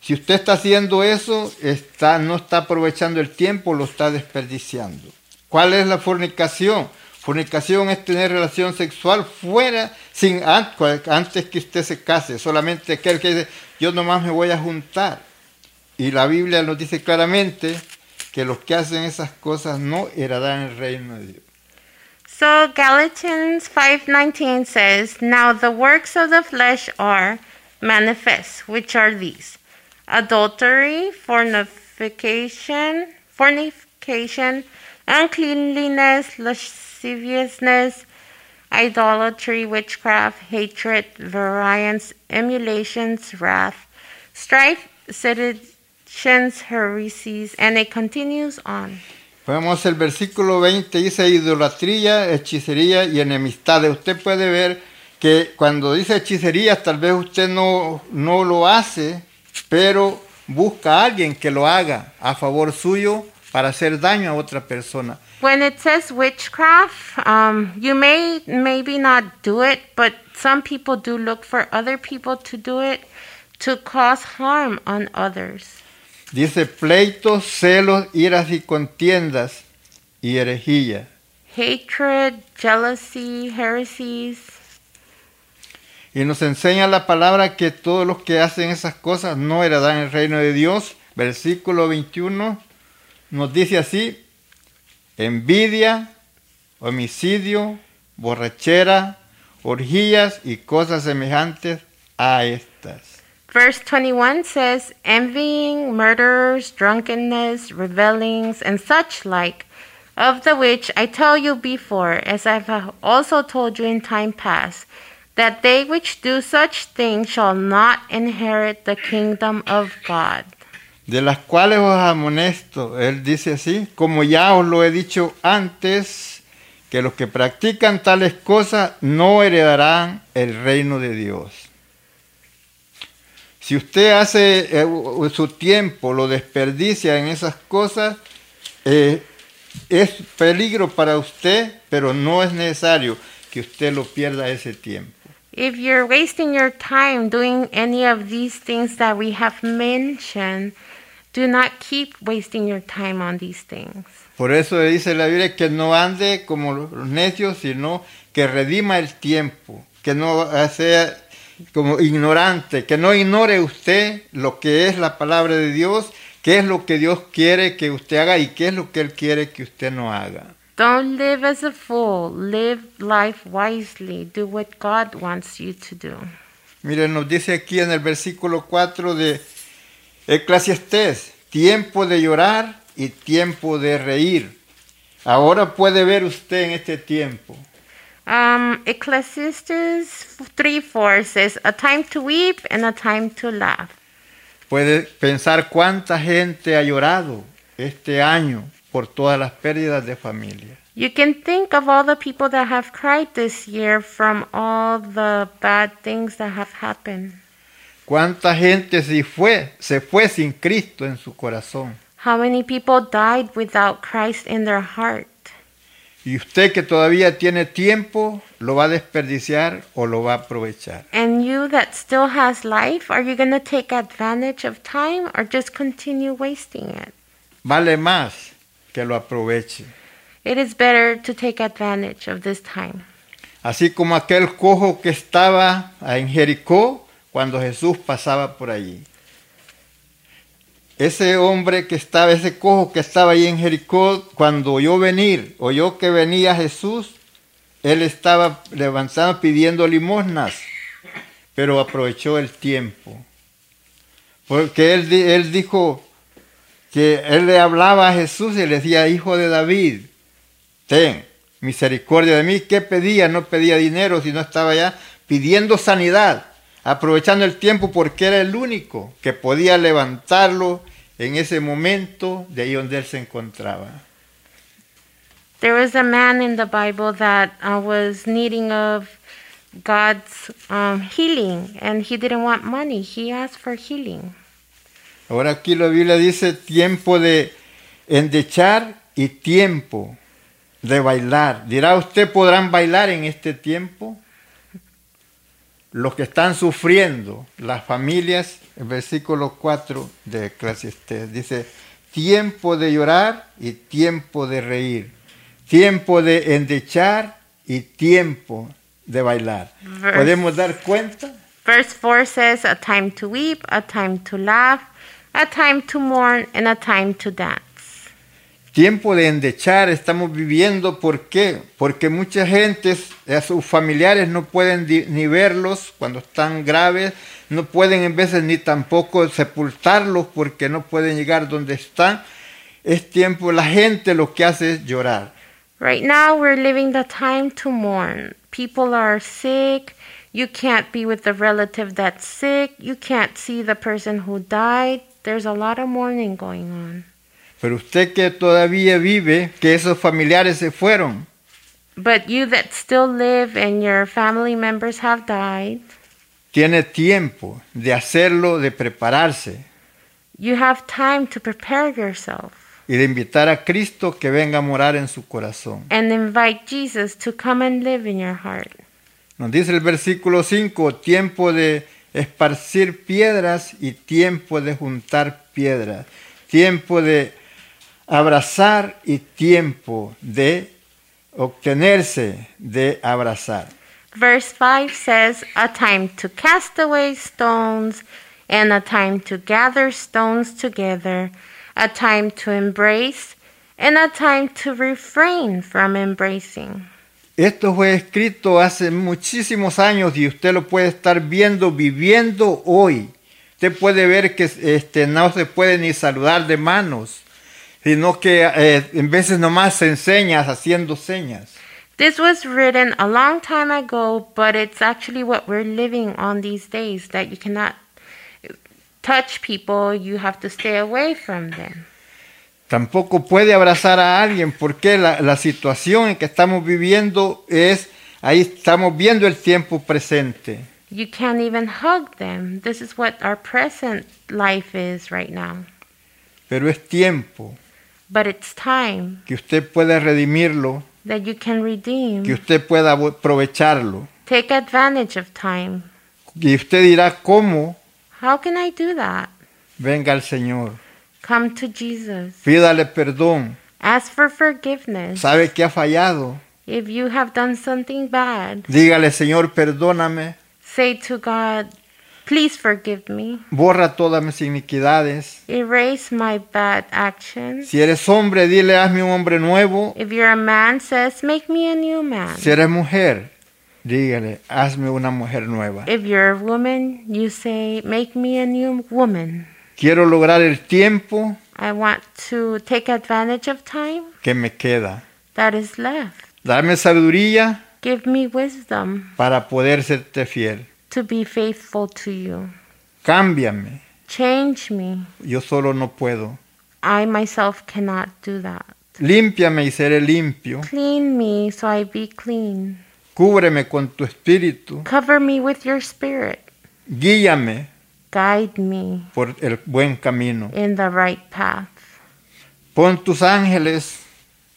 B: Si usted está haciendo eso, está, no está aprovechando el tiempo, lo está desperdiciando. ¿Cuál es la fornicación? Fornicación es tener relación sexual fuera, sin an- cua- antes que usted se case. Solamente aquel que dice, yo nomás me voy a juntar. Y la Biblia nos dice claramente que los que hacen esas cosas no heredarán el reino de Dios.
C: So Galatians 5:19 says, "Now the works of the flesh are manifest, which are these: adultery, fornication, fornication, uncleanliness, lasciviousness, idolatry, witchcraft, hatred, variance, emulations, wrath, strife, seditions, heresies, and it continues on."
B: Vemos el versículo 20, dice idolatría, hechicería y enemistades. Usted puede ver que cuando dice hechicerías, tal vez usted no, no lo hace, pero busca a alguien que lo haga a favor suyo para hacer daño a otra persona.
C: When it says witchcraft, um, you may maybe not do it, but some people do look for other people to do it to cause harm on others.
B: Dice pleitos, celos, iras y contiendas y herejía.
C: Hatred, jealousy, heresies.
B: Y nos enseña la palabra que todos los que hacen esas cosas no heredan el reino de Dios. Versículo 21 nos dice así, envidia, homicidio, borrachera, orgías y cosas semejantes a estas.
C: Verse 21 says, envying, murders, drunkenness, revellings, and such like, of the which I tell you before, as I have also told you in time past, that they which do such things shall not inherit the kingdom of God.
B: De las cuales os amonesto, él dice así, como ya os lo he dicho antes, que los que practican tales cosas no heredarán el reino de Dios. Si usted hace eh, u- u- su tiempo, lo desperdicia en esas cosas, eh, es peligro para usted, pero no es necesario que usted lo pierda ese tiempo.
C: If you're wasting your time doing any of these things that we have mentioned, do not keep wasting your time on these things.
B: Por eso dice la Biblia que no ande como los necios, sino que redima el tiempo, que no sea como ignorante, que no ignore usted lo que es la palabra de Dios, qué es lo que Dios quiere que usted haga y qué es lo que Él quiere que usted no haga.
C: Don't live as a fool. Live life wisely. Do what God wants you to do.
B: Miren, nos dice aquí en el versículo 4 de Eclesiastés, tiempo de llorar y tiempo de reír. Ahora puede ver usted en este tiempo.
C: Um, Ecclesiastes 3 4 says, A time to weep and a time to laugh.
B: Puede pensar cuánta gente ha llorado este año por todas las pérdidas de familia.
C: You can think of all the people that have cried this year from all the bad things that have happened.
B: Cuánta gente se fue, se fue sin Cristo en su corazón.
C: How many people died without Christ in their heart?
B: Y Y usted que todavía tiene tiempo, ¿lo va a desperdiciar o lo va a aprovechar?
C: And you that still has life, are you going to take advantage of time or just continue wasting it?
B: Vale más que lo aproveche.
C: It is better to take advantage of this time.
B: Así como aquel cojo que estaba en Jericó cuando Jesús pasaba por allí. Ese hombre que estaba, ese cojo que estaba ahí en Jericó, cuando oyó venir, oyó que venía Jesús, él estaba levantando pidiendo limosnas, pero aprovechó el tiempo. Porque él, di- él dijo que él le hablaba a Jesús y le decía, hijo de David, ten misericordia de mí. ¿Qué pedía? No pedía dinero, sino estaba ya pidiendo sanidad, aprovechando el tiempo porque era el único que podía levantarlo en ese momento de ahí donde él se encontraba.
C: There was a man in the Bible that uh, was needing of God's um, healing, and he didn't want money. He asked for healing.
B: Ahora aquí la Biblia dice tiempo de endechar y tiempo de bailar. Dirá usted, ¿podrán bailar en este tiempo? Los que están sufriendo, las familias, el versículo 4 de Eclesiastés dice, tiempo de llorar y tiempo de reír, tiempo de endechar y tiempo de bailar.
C: Verse-
B: ¿Podemos dar cuenta?
C: Verse 4 says, A time to weep, a time to laugh, a time to mourn, and a time to dance.
B: tiempo de endechar estamos viviendo. ¿Por qué? Porque mucha gente, a sus familiares no pueden di- ni verlos cuando están graves, no pueden en veces ni tampoco sepultarlos porque no pueden llegar donde están. Es tiempo, la gente lo que hace es llorar.
C: Right now, we're living the time to mourn. People are sick. You can't be with the relative that's sick. You can't see the person who died. There's a lot of mourning going on.
B: Pero usted que todavía vive, que esos familiares se fueron,
C: But you that still live and your family members have died,
B: tiene tiempo de hacerlo, de prepararse
C: you have time to prepare yourself
B: y de invitar a Cristo que venga a morar en su corazón.
C: and invite Jesus to come and live in your heart.
B: Nos dice el versículo 5, tiempo de esparcir piedras y tiempo de juntar piedras, tiempo de abrazar y tiempo de obtenerse de abrazar.
C: Verse 5 says, A time to cast away stones, and a time to gather stones together, a time to embrace, and a time to refrain from embracing.
B: Esto fue escrito hace muchísimos años y usted lo puede estar viendo, viviendo hoy. Usted puede ver que este, no se puede ni saludar de manos, sino que eh, en veces nomás se enseñas haciendo señas.
C: This was written a long time ago, but it's actually what we're living on these days that you cannot touch people, you have to stay away from them.
B: Tampoco puede abrazar a alguien porque la, la situación en que estamos viviendo es, ahí estamos viendo el tiempo presente.
C: You can't even hug them. This is what our present life is right now.
B: Pero es tiempo
C: But it's time
B: que usted pueda redimirlo,
C: that you can
B: que
C: redeem.
B: usted pueda vo- aprovecharlo.
C: Take advantage of time.
B: Y usted dirá, ¿cómo?
C: How can I do that?
B: Venga al Señor,
C: Come to Jesus.
B: pídale perdón,
C: Ask for forgiveness.
B: sabe que ha fallado.
C: If you have done something bad,
B: Dígale, Señor, perdóname,
C: say to God, Please forgive me.
B: borra todas mis iniquidades.
C: Erase my bad actions.
B: Si eres hombre, dile, hazme un hombre nuevo.
C: If you're a man, says, Make me a new man.
B: Si eres mujer, dígale, hazme una mujer nueva.
C: If you're a woman, you say, Make me a new woman.
B: Quiero lograr el tiempo
C: I want to take advantage of time
B: que me queda.
C: that is left.
B: Dame sabiduría
C: Give me wisdom
B: para poder serte fiel.
C: to be faithful to you.
B: Cámbiame.
C: Change me.
B: Yo solo no puedo.
C: I myself cannot do that.
B: Límpiame y seré limpio.
C: Clean me so I be clean.
B: Cúbreme con tu espíritu.
C: Cover me with your spirit.
B: Guíame
C: Guide me
B: por el buen camino.
C: in the right path.
B: Pon tus ángeles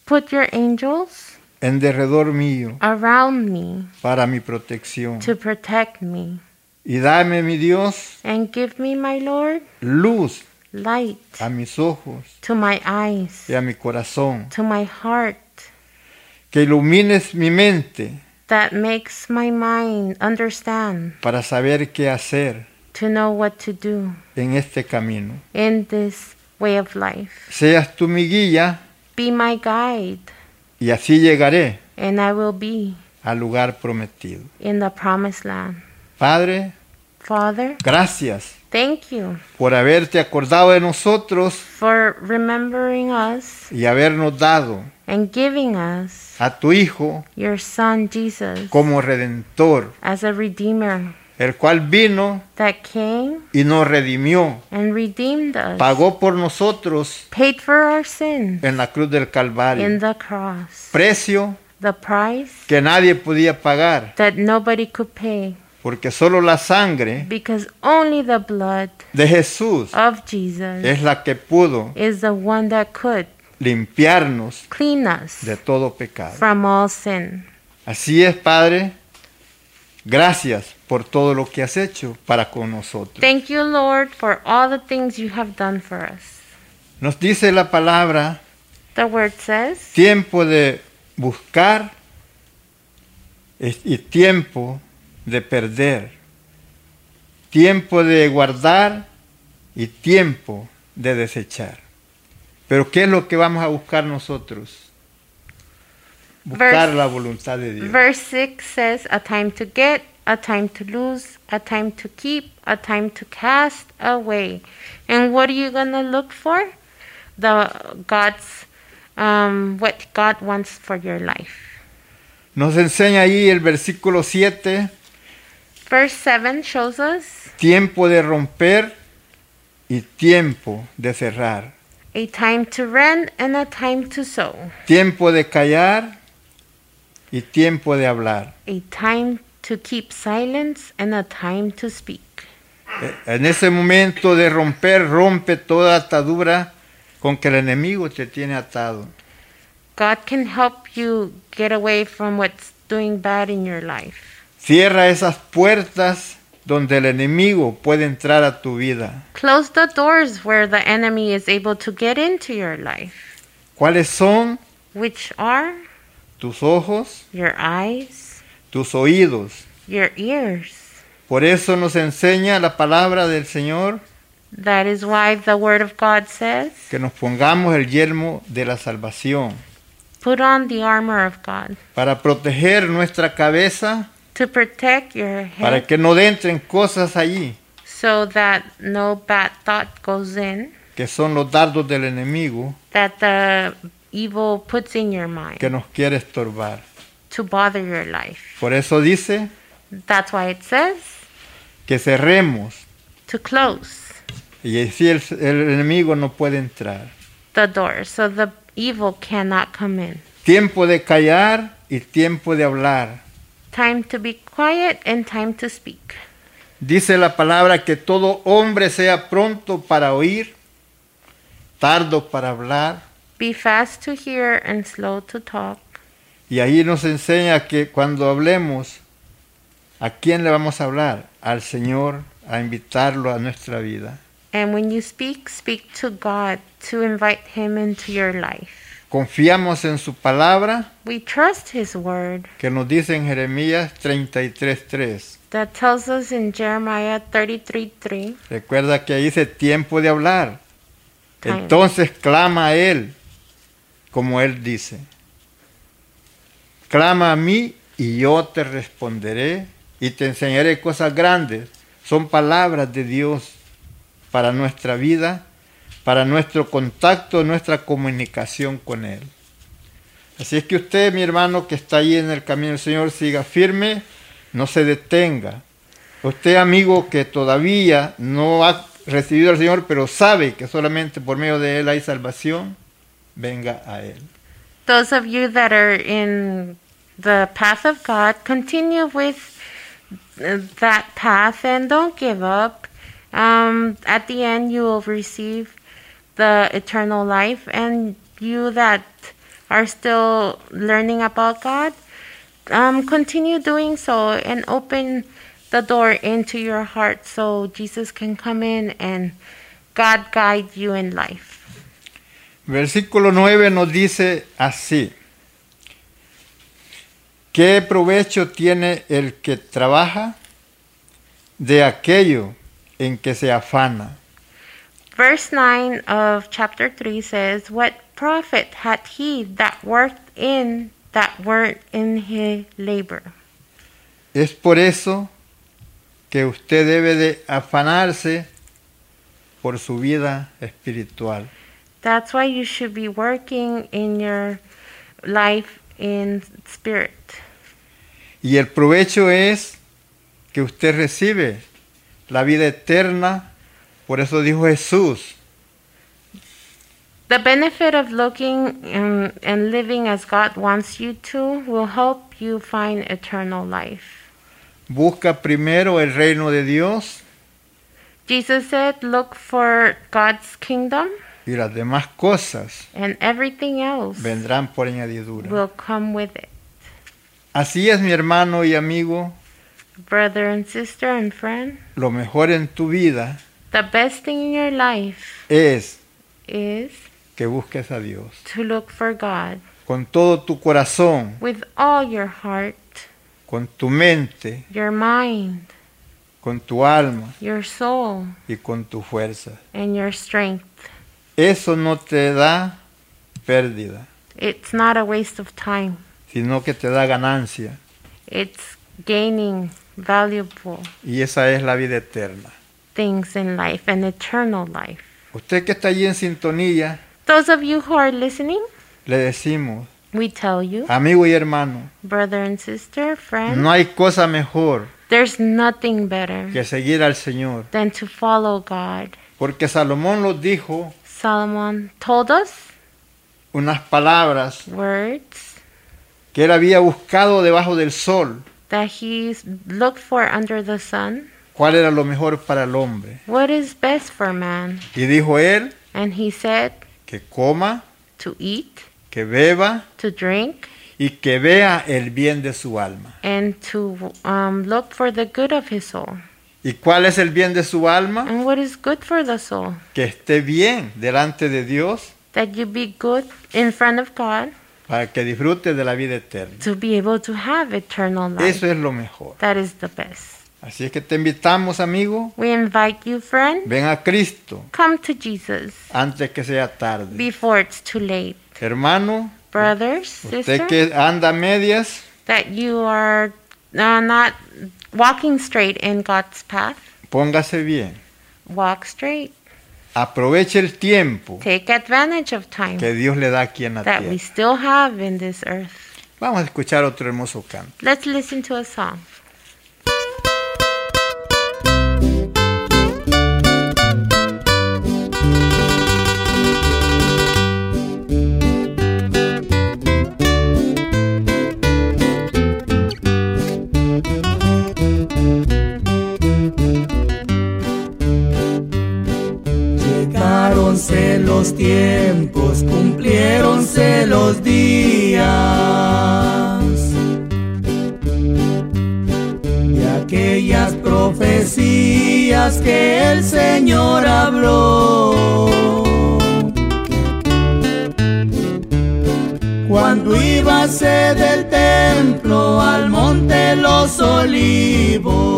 C: Put your angels
B: en derredor mío
C: around me
B: para mi protección.
C: to protect me.
B: Y dame, mi Dios,
C: And give me, my Lord,
B: luz
C: light
B: a mis ojos
C: to my eyes,
B: y a mi corazón.
C: to my heart,
B: Que ilumines mi mente
C: that makes my mind understand
B: para saber qué hacer
C: to know what to do
B: en este camino.
C: in this way of life.
B: Seas tú mi guía
C: Be my guide,
B: y así llegaré
C: and I will be
B: al lugar prometido.
C: in the promised land.
B: Padre,
C: Father,
B: gracias
C: thank you
B: por haberte acordado de nosotros
C: for remembering us
B: y habernos dado
C: and giving us
B: a tu Hijo
C: your Son Jesus
B: como redentor,
C: as a Redeemer
B: el cual vino
C: that came
B: y nos redimió,
C: and redeemed us,
B: pagó por nosotros
C: paid for our sin
B: en la cruz del
C: in
B: Calvario,
C: the cross,
B: precio
C: the price
B: que nadie podía pagar,
C: that nobody could pay
B: porque solo la sangre
C: because only the blood
B: de Jesús
C: of Jesus
B: es la que pudo
C: is the one that could
B: limpiarnos
C: clean us
B: de todo pecado.
C: from all sin.
B: Así es, Padre. Gracias por todo lo que has hecho para con nosotros.
C: Thank you, Lord, for all the things you have done for us.
B: Nos dice la palabra,
C: The word says,
B: tiempo de buscar es- y tiempo de perder. Tiempo de guardar y tiempo de desechar. Pero ¿qué es lo que vamos a buscar nosotros? Buscar
C: Verse-
B: la voluntad de Dios.
C: verse 6 says, a time to get, a time to lose, a time to keep, a time to cast away. And what are you going to look for? The God's, um, what God wants for your life.
B: Nos enseña ahí el versículo 7,
C: Verse 7 shows us
B: tiempo de romper y tiempo de cerrar,
C: a time to rend and a time to sow,
B: tiempo de callar y tiempo de hablar.
C: a time to keep silence and a time to speak.
B: E- En ese momento de romper, rompe toda atadura con que el enemigo te tiene atado.
C: God can help you get away from what's doing bad in your life.
B: Cierra esas puertas donde el enemigo puede entrar a tu vida.
C: Close the doors where the enemy is able to get into your life,
B: ¿Cuáles son
C: which are
B: tus ojos,
C: your eyes,
B: tus oídos?
C: your ears.
B: Por eso nos enseña la palabra del Señor
C: That is why the Word of God says,
B: que nos pongamos el yelmo de la salvación.
C: Put on the armor of God
B: para proteger nuestra cabeza,
C: to protect your
B: para
C: head
B: que no entren cosas allí,
C: so that no bad thought goes in.
B: que son los dardos del enemigo
C: that the evil puts in your mind
B: que nos quiere estorbar.
C: to bother your life.
B: Por eso dice
C: That's why it says
B: que cerremos y
C: to close
B: así el, el enemigo no puede entrar.
C: the door so the evil cannot come in.
B: Tiempo de callar y tiempo de hablar.
C: Time to be quiet and time to speak.
B: Dice la palabra que todo hombre sea pronto para oír, tardo para hablar.
C: Be fast to hear and slow to talk.
B: Y ahí nos enseña que cuando hablemos, ¿a quién le vamos a hablar? Al Señor, a invitarlo a nuestra vida.
C: And when you speak, speak to God to invite Him into your life.
B: Confiamos en su palabra
C: We trust His word
B: que nos dice en Jeremías 33.3.
C: that tells us in Jeremiah 33 3.
B: Recuerda que ahí dice tiempo de hablar.
C: Time.
B: Entonces clama a Él, como Él dice. Clama a mí y yo te responderé y te enseñaré cosas grandes. Son palabras de Dios para nuestra vida, para nuestro contacto, nuestra comunicación con Él. Así es que usted, mi hermano, que está ahí en el camino del Señor, siga firme, no se detenga. Usted, amigo, que todavía no ha recibido al Señor, pero sabe que solamente por medio de Él hay salvación, venga a Él.
C: those of you that are in the path of God, continue with uh, that path and don't give up. Um, at the end, you will receive the eternal life, and you that are still learning about God, um, continue doing so and open the door into your heart so Jesus can come in and God guide you in life.
B: Versículo 9 nos dice así. ¿Qué provecho tiene el que trabaja de aquello en que se afana?
C: Verse 9 of chapter 3 says, What profit had he that worked in that weren't in his labor?
B: Es por eso que usted debe de afanarse por su vida espiritual.
C: That's why you should be working in your life in spirit.
B: Y el provecho es que usted recibe la vida eterna. Por eso dijo Jesús,
C: The benefit of looking um, and living as God wants you to will help you find eternal life.
B: busca primero el reino de Dios
C: Jesus said, Look for God's kingdom,
B: y las demás cosas
C: and everything else
B: vendrán por añadidura.
C: will come with it.
B: Así es, mi hermano y amigo,
C: Brother and sister and friend,
B: lo mejor en tu vida
C: the best thing in your life
B: es
C: is
B: que busques a Dios
C: to look for God
B: con todo tu corazón,
C: with all your heart,
B: con tu mente,
C: your mind,
B: con tu alma
C: your soul,
B: y con tu fuerza.
C: and your strength.
B: Eso no te da pérdida,
C: It's not a waste of time.
B: sino que te da ganancia.
C: It's gaining valuable
B: Y esa es la vida eterna.
C: things in life and eternal life.
B: Usted que está allí en sintonía,
C: Those of you who are listening,
B: le decimos,
C: we tell you,
B: amigo y hermano,
C: brother and sister, friend,
B: no hay cosa mejor
C: there's nothing better
B: que seguir al Señor.
C: than to follow God.
B: Porque Salomón los dijo
C: Solomon told us
B: unas palabras
C: words
B: que él había buscado debajo del sol.
C: that he looked for under the sun.
B: ¿Cuál era lo mejor para el hombre?
C: What is best for man?
B: Y dijo él
C: And he said
B: que coma,
C: to eat,
B: que beba
C: to drink,
B: y que vea el bien de su alma.
C: and to um, look for the good of his soul.
B: ¿Y cuál es el bien de su alma?
C: And what is good for the soul?
B: Que esté bien delante de Dios
C: That you be good in front of God
B: para que disfrute de la vida eterna.
C: to be able to have eternal life.
B: Eso es lo mejor.
C: That is the best.
B: Así es que te invitamos, amigo,
C: We invite you, friend,
B: ven a Cristo
C: come to Jesus
B: antes que sea tarde.
C: before it's too late.
B: Hermano,
C: Brothers,
B: usted
C: sisters,
B: que anda a medias,
C: that you are uh, not walking straight in God's path,
B: póngase bien.
C: walk straight.
B: Aproveche el tiempo
C: Take advantage of time
B: que Dios le da aquí en la
C: that we
B: tierra.
C: still have in this earth.
B: Vamos a escuchar otro hermoso canto.
C: Let's listen to a song.
D: Llegáronse los tiempos, cumpliéronse los días. Y aquellas profecías que el Señor habló. Cuando íbase del templo al monte los olivos.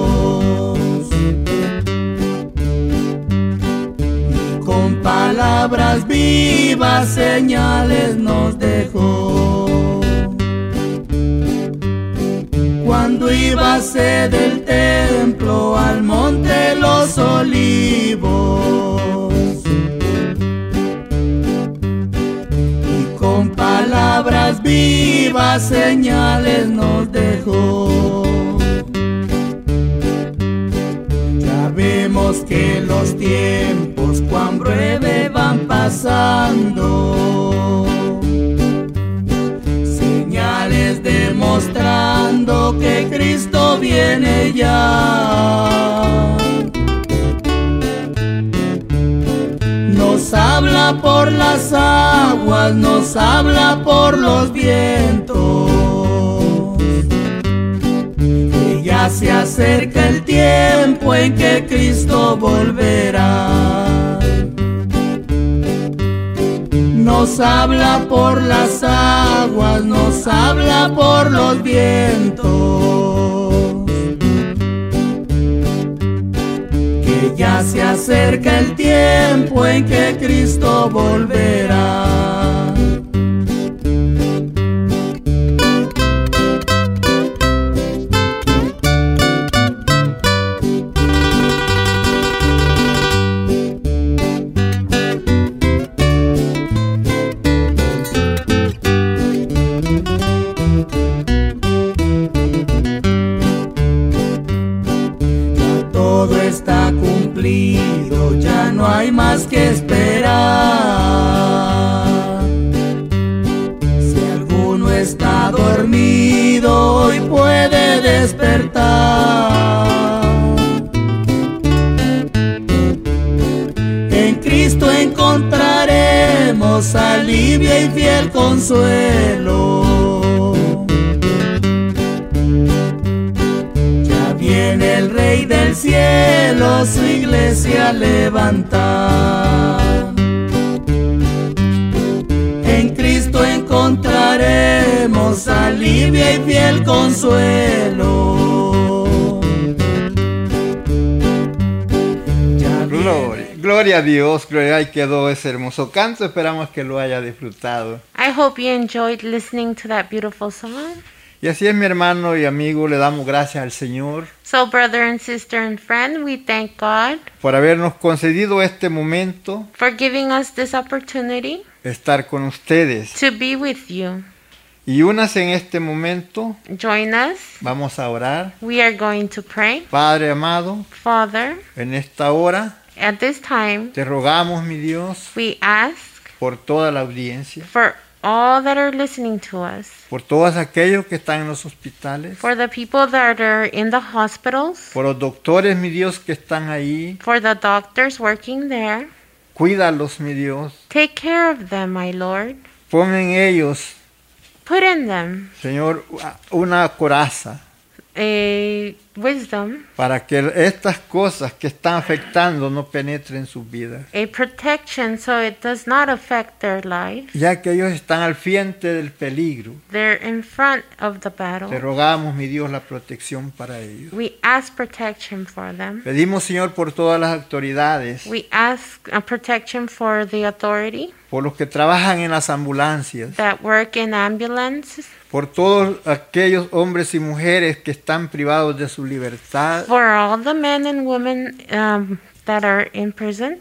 D: con palabras vivas señales nos dejó. Cuando íbase del templo al monte los olivos, y con palabras vivas señales nos dejó. Ya vemos que los tiempos cuán breve van pasando. Señales demostrando que Cristo viene ya. Nos ha habla por las aguas, nos habla por los vientos. Que ya se acerca el tiempo en que Cristo volverá. Nos habla por las aguas, nos habla por los vientos. Que ya se acerca el tiempo en que Cristo volverá. Ya todo está cumplido, ya no hay más que esperar. Si alguno está dormido, hoy puede despertar. En Cristo encontraremos alivio y fiel consuelo. Ya viene el Rey del Cielo su iglesia a levantar. En Cristo encontraremos alivio y fiel consuelo. Ya viene-
B: Gloria, gloria a Dios, gloria. Ahí quedó ese hermoso canto. Esperamos que lo haya disfrutado.
C: I hope you enjoyed listening to that beautiful song.
B: Y así es, mi hermano y amigo, le damos gracias al Señor
C: So, brother and sister and friend, we thank God
B: por habernos concedido este momento,
C: for giving us this opportunity
B: estar con ustedes.
C: to be with you.
B: Y unas en este momento,
C: Join us.
B: vamos a orar.
C: We are going to pray.
B: Padre amado,
C: Father,
B: en esta hora
C: at this time,
B: te rogamos, mi Dios,
C: we ask
B: por toda la audiencia,
C: for all that are listening to us,
B: por todos aquellos que están en los hospitales,
C: for the people that are in the hospitals,
B: por los doctores, mi Dios, que están ahí.
C: for the doctors working there.
B: Cuídalos, mi Dios.
C: Take care of them, my Lord.
B: Pon en ellos,
C: Put in them
B: Señor, una coraza
C: a wisdom,
B: para que estas cosas que están afectando no penetren sus vidas.
C: a protection so it does not affect their life.
B: Ya que ellos están al frente del peligro,
C: They're in front of the
B: te
C: battle.
B: rogamos, mi Dios, la protección para ellos.
C: We ask protection for them.
B: Pedimos, Señor, por todas las autoridades,
C: We ask uh, protection for the authority
B: por los que trabajan en las ambulancias,
C: that work in ambulances,
B: por todos aquellos hombres y mujeres que están privados de su libertad,
C: for all the men and women um, that are in prison,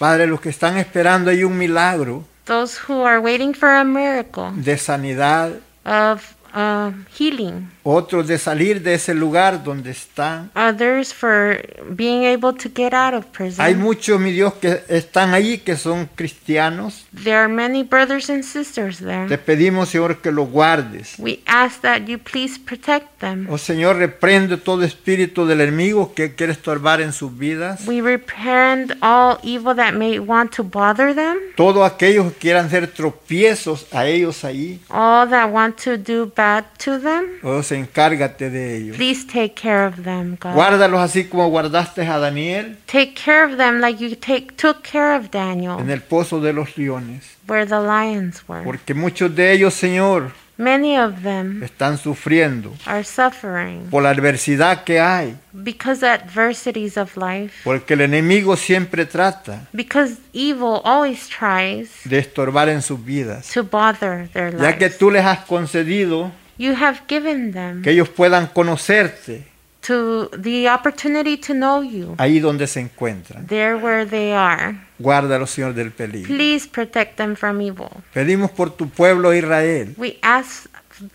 B: Padre, los que están esperando hay un milagro
C: those who are waiting for a miracle
B: de sanidad,
C: of uh, healing,
B: otros de salir de ese lugar donde están.
C: others for being able to get out of
B: Hay
C: prison.
B: muchos, mi Dios, que están allí, que son cristianos.
C: There are many brothers and sisters
B: Te
C: there.
B: pedimos, Señor, que los guardes.
C: We ask that you please protect them.
B: Oh Señor, reprende todo espíritu del enemigo que quiere estorbar en sus vidas.
C: We reprehend all evil that may want to bother them,
B: Todos aquellos que quieran ser tropiezos a ellos ahí.
C: all that want to do bad to them.
B: Oh, se encárgate de ellos.
C: Please take care of them, God.
B: Guárdalos así como guardaste a Daniel
C: Take care of them like you take took care of Daniel,
B: en el pozo de los leones.
C: where the lions were.
B: Porque muchos de ellos, Señor,
C: Many of them
B: están sufriendo
C: are suffering
B: por la adversidad que hay.
C: because adversities of life,
B: Porque el enemigo siempre trata
C: because evil always tries
B: de estorbar en sus vidas.
C: to bother their
B: ya que
C: lives.
B: tú les has concedido
C: You have given them
B: que ellos puedan conocerte
C: to the opportunity to know you
B: ahí donde se encuentran.
C: there where they are.
B: Guárdalos, Señor, del peligro.
C: Please protect them from evil.
B: Pedimos por tu pueblo Israel. Oh,
C: We ask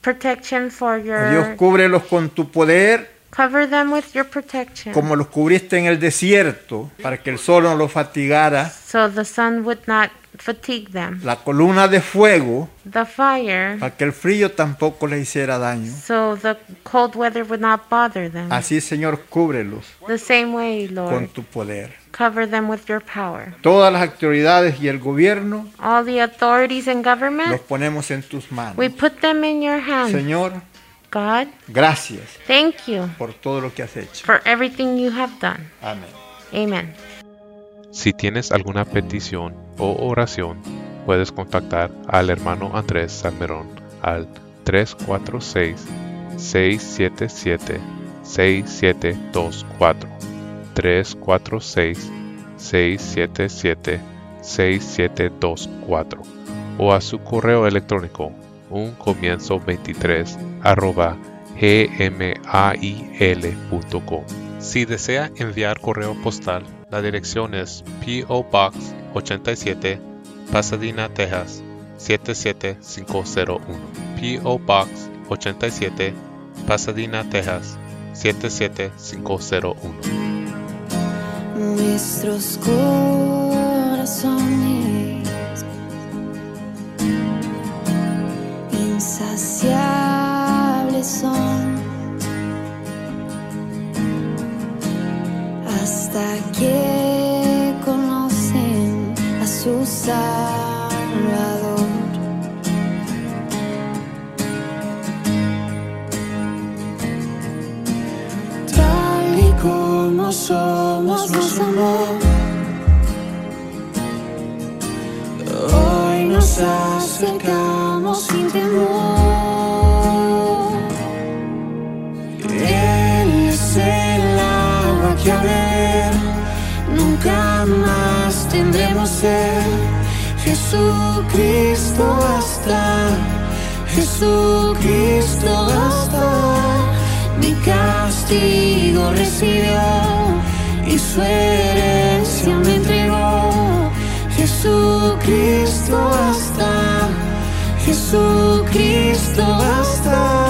C: protection for
B: Dios,
C: your
B: cúbrelos con tu poder,
C: cover them with your protection
B: como los cubriste en el desierto, para que el sol no los fatigara
C: so the sun would not fatigue them.
B: la columna de fuego
C: The fire,
B: para que el frío tampoco les hiciera daño.
C: so the cold weather would not bother them.
B: Así, Señor, cúbrelos
C: The same way,
B: con
C: Lord,
B: tu poder.
C: cover them with your power.
B: Todas las autoridades y el gobierno
C: All the authorities and
B: los
C: government,
B: ponemos en tus manos.
C: we put them in your hand.
B: Señor,
C: God,
B: gracias
C: thank you
B: por todo lo que has hecho.
C: for everything you have done.
B: Amén.
C: Amen.
E: Si tienes alguna petición o oración, puedes contactar al hermano Andrés Salmerón al 346-677-6724. 346-677-6724 o a su correo electrónico uncomienzo 23 arroba gmail.com. Si desea enviar correo postal, la dirección es P.O. Box 87, Pasadena, Texas 77501. P.O. Box 87, Pasadena, Texas 77501.
F: nuestros corazones insaciables son hasta que conocen a su Salvador. Tal y como somos nos amó. Hoy nos acercamos sin temor. Él es el agua que a ver, nunca más tendremos ser. Jesucristo basta, Jesucristo basta. Mi castigo recibió y su herencia me entregó. Jesucristo basta, Jesucristo basta. Ah.